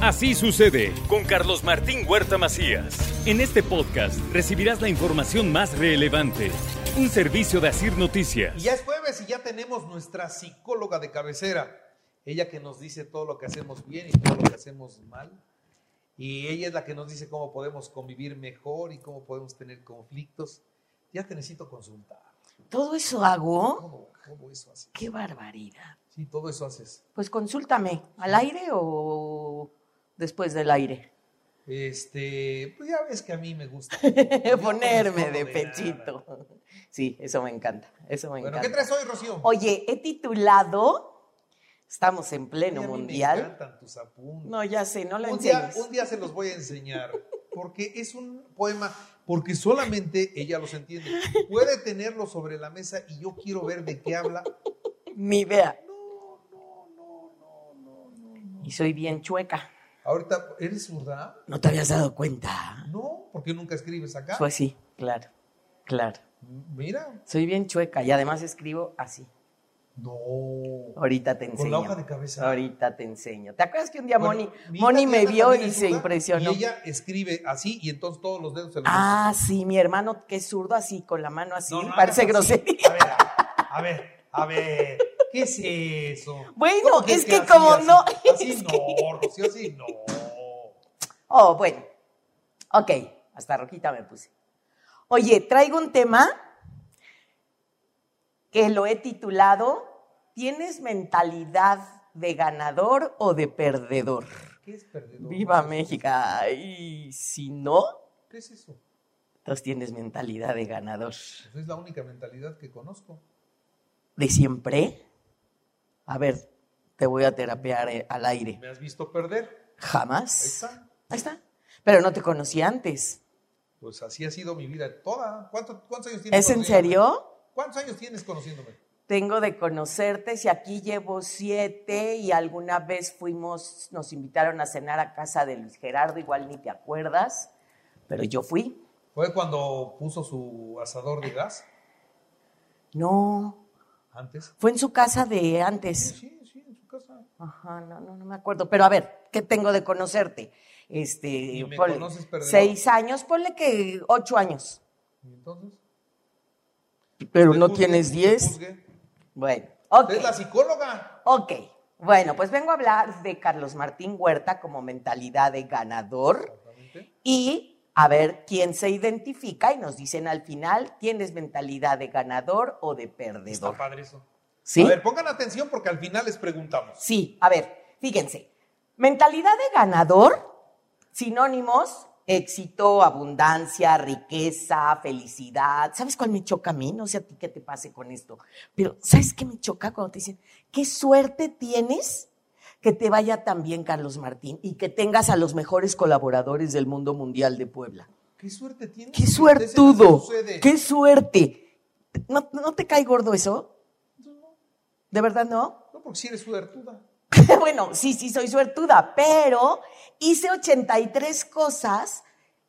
Así sucede con Carlos Martín Huerta Macías. En este podcast recibirás la información más relevante. Un servicio de Asir Noticias. Y ya es jueves y ya tenemos nuestra psicóloga de cabecera. Ella que nos dice todo lo que hacemos bien y todo lo que hacemos mal. Y ella es la que nos dice cómo podemos convivir mejor y cómo podemos tener conflictos. Ya te necesito consultar. ¿Todo eso hago? Todo, todo eso haces. ¡Qué barbaridad! Sí, todo eso haces. Pues consúltame, ¿al aire o después del aire? Este, pues ya ves que a mí me gusta. Yo Ponerme no de nada. pechito. Sí, eso me encanta, eso me Bueno, ¿qué encanta. traes hoy, Rocío? Oye, he titulado, estamos en pleno Oye, a mí Me mundial. encantan tus apuntes. No, ya sé, no lo un, día, enseñes. un día se los voy a enseñar, porque es un poema, porque solamente ella los entiende. Puede tenerlo sobre la mesa y yo quiero ver de qué habla. Mi idea. Y soy bien chueca. Ahorita, ¿eres zurda? ¿No te habías dado cuenta? No, porque nunca escribes acá. Pues sí, claro, claro. Mira, Soy bien chueca y además escribo así. no. Ahorita te enseño. Con la hoja de cabeza. Ahorita te enseño. ¿Te acuerdas que un día Bueno, mi Moni, hija Moni me Diana vio también y es se zurda, impresionó? Y ella escribe así y entonces todos los dedos se los Ah, sí, mi hermano que es zurdo así, con la mano así, No, no parece hagas así. grosería. A ver, a ver, a ver. ¿Qué es eso? Bueno, ¿Cómo es que como no, Así es no, Rocío, así no. Oh, bueno. Ok, hasta rojita me puse. Oye, traigo un tema que lo he titulado ¿Tienes mentalidad de ganador o de perdedor? ¿Qué es perdedor? Viva México. Y si no, ¿Qué es eso? entonces tienes mentalidad de ganador. Pues es la única mentalidad que conozco. ¿De siempre? A ver, te voy a terapear eh, al aire. Me has visto perder. Ahí ¿Jamás? está. Ahí está. Pero no te conocí antes. Pues así ha sido mi vida toda. ¿Cuánto- ¿Cuántos años tienes? ¿Es en conociéndome? serio? ¿Cuántos años tienes conociéndome? Tengo de conocerte, si aquí llevo siete y alguna vez fuimos, nos invitaron a cenar a casa de Luis Gerardo, igual ni te acuerdas, pero yo fui. ¿Fue cuando puso su asador de gas? No, Antes. fue en su casa de Sí, antes. sí, sí, en su casa. Ajá, no, no, no me acuerdo. Pero a ver, ¿qué tengo de conocerte? Este, Y me ponle conoces, perdedor. seis años, ponle que ocho años. ¿Y entonces? Pero Te no juzgué, tienes te diez. juzgué. Bueno, ok. Es la psicóloga. Ok, bueno, pues vengo a hablar de Carlos Martín Huerta como mentalidad de ganador Exactamente. y a ver quién se identifica y nos dicen al final, ¿tienes mentalidad de ganador o de Está perdedor? padre eso. ¿Sí? A ver, pongan atención porque al final les preguntamos. Sí, a ver, fíjense. Mentalidad de ganador, sinónimos, éxito, abundancia, riqueza, felicidad. ¿Sabes cuál me choca a mí? No sé a ti qué te pase con esto, pero ¿sabes qué me choca cuando te dicen, qué suerte tienes que te vaya tan bien, Carlos Martín, y que tengas a los mejores colaboradores del mundo mundial de Puebla? ¿Qué suerte tienes? ¡Qué Entonces, suertudo! ¿qué sucede? ¡Qué suerte! ¿No, ¿No te cae gordo eso? ¿De verdad no? No, porque si eres suertuda. bueno, sí, sí, soy suertuda, pero hice 83 cosas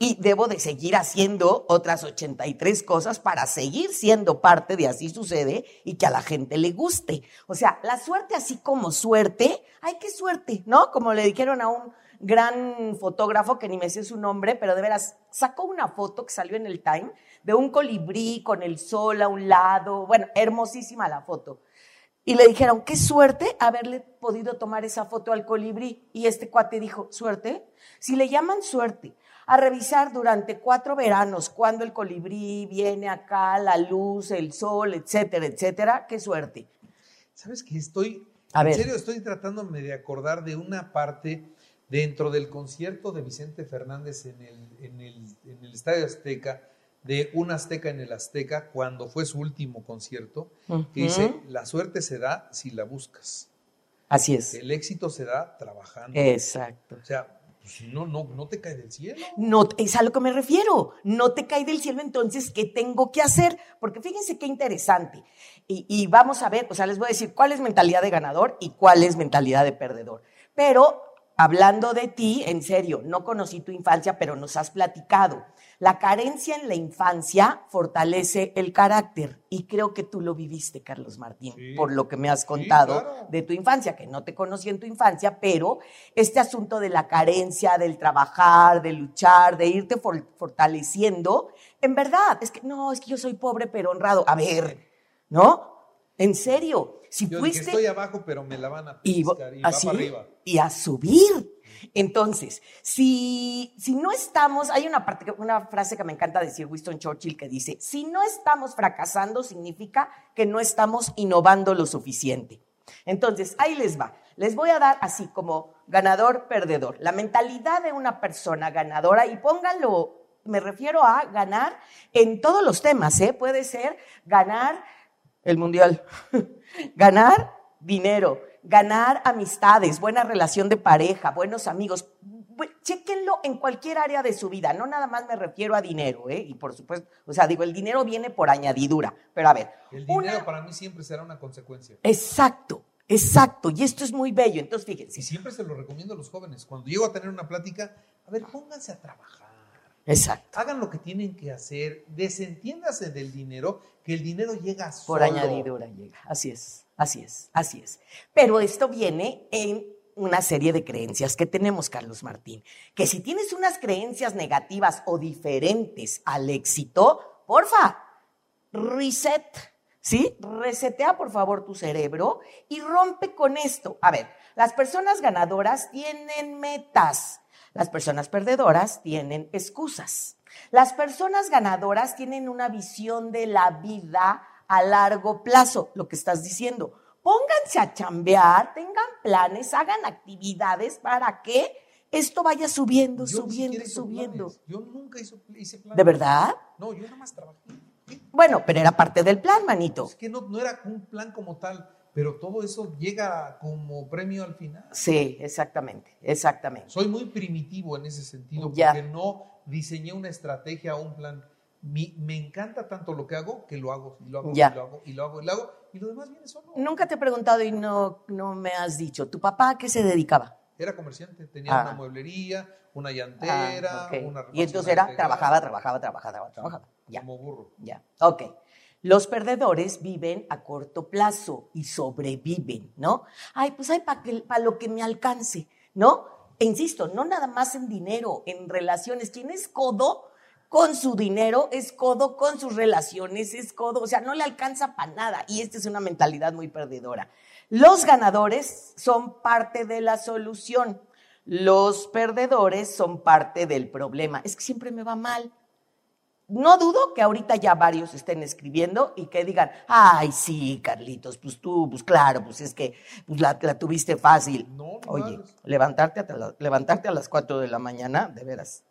y debo de seguir haciendo otras 83 cosas para seguir siendo parte de Así Sucede y que a la gente le guste. O sea, la suerte así como suerte, ay, qué suerte, ¿no? Como le dijeron a un gran fotógrafo, que ni me sé su nombre, pero de veras, sacó una foto que salió en el Time de un colibrí con el sol a un lado, bueno, hermosísima la foto. Y le dijeron, qué suerte haberle podido tomar esa foto al colibrí. Y este cuate dijo, ¿suerte? Si le llaman suerte a revisar durante cuatro veranos cuando el colibrí viene acá, la luz, el sol, etcétera, etcétera, qué suerte. ¿Sabes qué? Estoy, A en ver. serio, estoy tratándome de acordar de una parte dentro del concierto de Vicente Fernández en el, en el, en el Estadio Azteca, de Un Azteca en el Azteca, cuando fue su último concierto, que dice, la suerte se da si la buscas. Así es. El éxito se da trabajando. Eh. Exacto. O sea, pues, si no, no, no te cae del cielo. No, te- es a lo que me refiero. No te cae del cielo, entonces, ¿qué tengo que hacer? Porque fíjense qué interesante. Y, y vamos a ver, o sea, les voy a decir cuál es mentalidad de ganador y cuál es mentalidad de perdedor. Pero hablando de ti, en serio, no conocí tu infancia, pero nos has platicado. La carencia en la infancia fortalece el carácter. Y creo que tú lo viviste, Carlos Martín, Sí. por lo que me has contado claro. de tu infancia, que no te conocí en tu infancia, pero este asunto de la carencia, del trabajar, de luchar, de irte for- fortaleciendo, en verdad, es que no, es que yo soy pobre pero honrado. A ver, ¿no? En serio, si Yo dije, fuiste estoy abajo, pero me la van a y, vo- piscar y, va así, para arriba. y a subir. Entonces, si, si no estamos, hay una, parte, que- una frase que me encanta decir Winston Churchill que dice, si no estamos fracasando significa que no estamos innovando lo suficiente. Entonces, ahí les va. Les voy a dar así como ganador, perdedor. La mentalidad de una persona ganadora y pónganlo, me refiero a ganar en todos los temas, ¿eh? Puede ser ganar el mundial. ganar dinero, ganar amistades, buena relación de pareja, buenos amigos. Bu- Chéquenlo en cualquier área de su vida, no nada más me refiero a dinero, ¿eh? Y por supuesto, o sea, digo, el dinero viene por añadidura, pero a ver. El una- dinero para mí siempre será una consecuencia. Exacto, exacto, y esto es muy bello, entonces Y fíjense. siempre se lo recomiendo a los jóvenes. Cuando llego a tener una plática, a ver, pónganse a trabajar. Exacto, Hagan lo que tienen que hacer. Desentiéndase del dinero, que el dinero llega solo. por añadidura llega, así es, así es, así es. Pero esto viene en una serie de creencias que tenemos, Carlos Martín, que si tienes unas creencias negativas o diferentes al éxito, porfa, reset, ¿sí? Resetea, por favor, tu cerebro y rompe con esto. A ver, las personas ganadoras tienen metas, las personas perdedoras tienen excusas. Las personas ganadoras tienen una visión de la vida a largo plazo, lo que estás diciendo. Pónganse a chambear, tengan planes, hagan actividades para que esto vaya subiendo, Yo ni subiendo, siquiera hice subiendo. planes. Yo nunca hizo- hice planes. ¿De verdad? No, yo nada más trabajé. Bueno, pero era parte del plan, manito. Es que no, no era un plan como tal, pero todo eso llega como premio al final. Sí, exactamente, exactamente. Soy muy primitivo en ese sentido Ya. porque no diseñé una estrategia o un plan. Mi- me encanta tanto lo que hago que lo hago y lo hago Ya. y lo hago y lo hago y lo hago y lo demás viene solo. Nunca te he preguntado y no, no me has dicho, ¿tu papá a qué se dedicaba? Era comerciante, tenía Ah. una mueblería, una Ah, llantera, ok. una Y entonces refaccionaria era, integrada, trabajaba, trabajaba, trabajaba, trabajaba, trabajaba. Ya, Como burro. ya, ok. Los perdedores viven a corto plazo y sobreviven, ¿no? Ay, pues hay para lo que me alcance, ¿no? E insisto, no nada más en dinero, en relaciones. Quien es codo con su dinero, es codo con sus relaciones, es codo, o sea, no le alcanza para nada. Y esta es una mentalidad muy perdedora. Los ganadores son parte de la solución. Los perdedores son parte del problema. Es que siempre me va mal. No dudo que ahorita ya varios estén escribiendo y que digan, ay, sí, Carlitos, pues tú, pues claro, pues es que pues la, la tuviste fácil. No, no Oye, mames. levantarte a, la- levantarte a las 4 de la mañana, de veras.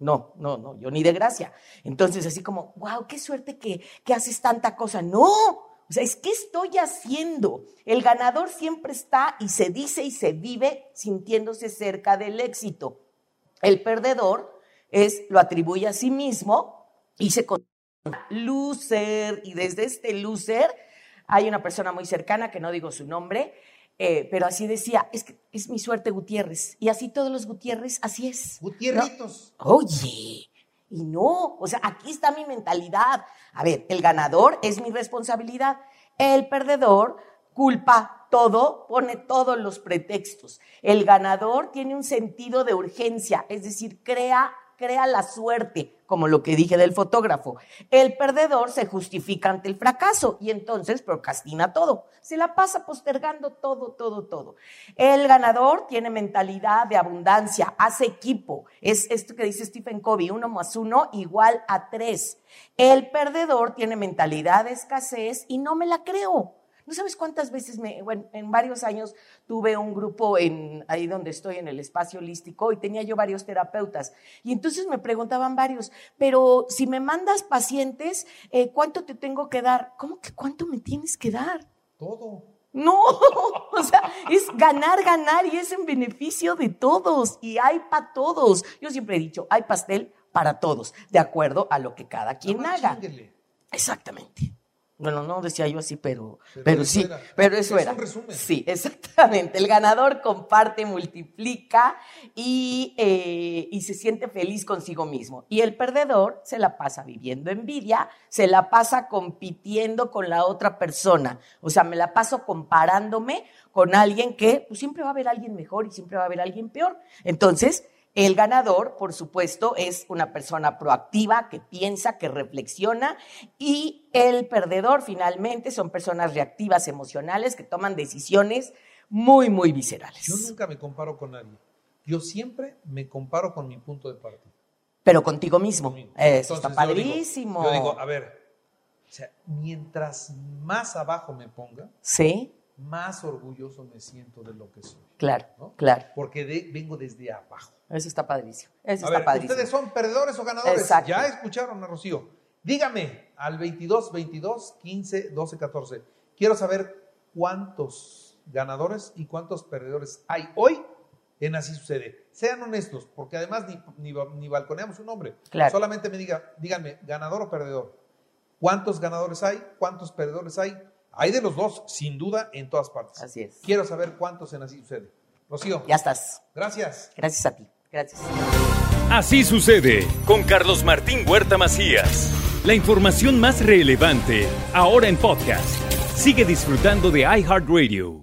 No, no, no, yo ni de gracia. Entonces, así como, wow, qué suerte que, que haces tanta cosa. No, o sea, es que estoy haciendo. El ganador siempre está y se dice y se vive sintiéndose cerca del éxito. El perdedor es lo atribuye a sí mismo y se con loser y desde este loser hay una persona muy cercana que no digo su nombre, eh, pero así decía, es que es mi suerte Gutiérrez y así todos los Gutiérrez así es. Gutierritos. Oye, y no, o sea, aquí está mi mentalidad. A ver, el ganador es mi responsabilidad, el perdedor culpa todo, pone todos los pretextos. El ganador tiene un sentido de urgencia, es decir, crea crea la suerte, como lo que dije del fotógrafo. El perdedor se justifica ante el fracaso y entonces procrastina todo. Se la pasa postergando todo, todo, todo. El ganador tiene mentalidad de abundancia, hace equipo. Es esto que dice Stephen Covey, uno más uno igual a tres. El perdedor tiene mentalidad de escasez y no me la creo. No sabes cuántas veces me, bueno, en varios años tuve un grupo en ahí donde estoy en el espacio holístico y tenía yo varios terapeutas y entonces me preguntaban varios, pero si me mandas pacientes, eh, ¿cuánto te tengo que dar? ¿Cómo que cuánto me tienes que dar? Todo. No, o sea, es ganar, ganar y es en beneficio de todos y hay para todos. Yo siempre he dicho, hay pastel para todos, de acuerdo a lo que cada quien Nomás haga. chínguele. Exactamente. Bueno, no decía yo así, pero, Pero pero, eso sí, era. pero eso Es era. un resumen. Sí, exactamente. El ganador comparte, multiplica y, eh, y se siente feliz consigo mismo. Y el perdedor se la pasa viviendo envidia, se la pasa compitiendo con la otra persona. O sea, me la paso comparándome con alguien que pues, siempre va a haber alguien mejor y siempre va a haber alguien peor. Entonces, el ganador, por supuesto, es una persona proactiva que piensa, que reflexiona y el perdedor finalmente son personas reactivas emocionales que toman decisiones muy, muy Yo viscerales. nunca me comparo con nadie. Yo siempre me comparo con mi punto de partida. Pero contigo mismo. Eso Entonces, está yo digo- padrísimo. Yo digo, ah, a ver, o sea, mientras más abajo me ponga, sí, más orgulloso me siento de lo que soy. claro, ¿no? claro. Porque de- vengo desde abajo. Eso está padrísimo. Eso a está ver, padrísimo. ¿ustedes son perdedores o ganadores? Exacto. Ya escucharon a Rocío. Dígame al 22, 22, 15, 12, 14. Quiero saber cuántos ganadores y cuántos perdedores hay hoy en Así Sucede. Sean honestos, porque además ni, ni, ni balconeamos un nombre. Claro. Solamente me diga, díganme, ganador o perdedor. ¿Cuántos ganadores hay? ¿Cuántos perdedores hay? Hay de los dos, sin duda, en todas partes. Así es. Quiero saber cuántos en Así Sucede. Rocío, Ya estás. gracias. Gracias a ti. Gracias. Así sucede con Carlos Martín Huerta Macías. La información más relevante ahora en podcast. Sigue disfrutando de iHeartRadio.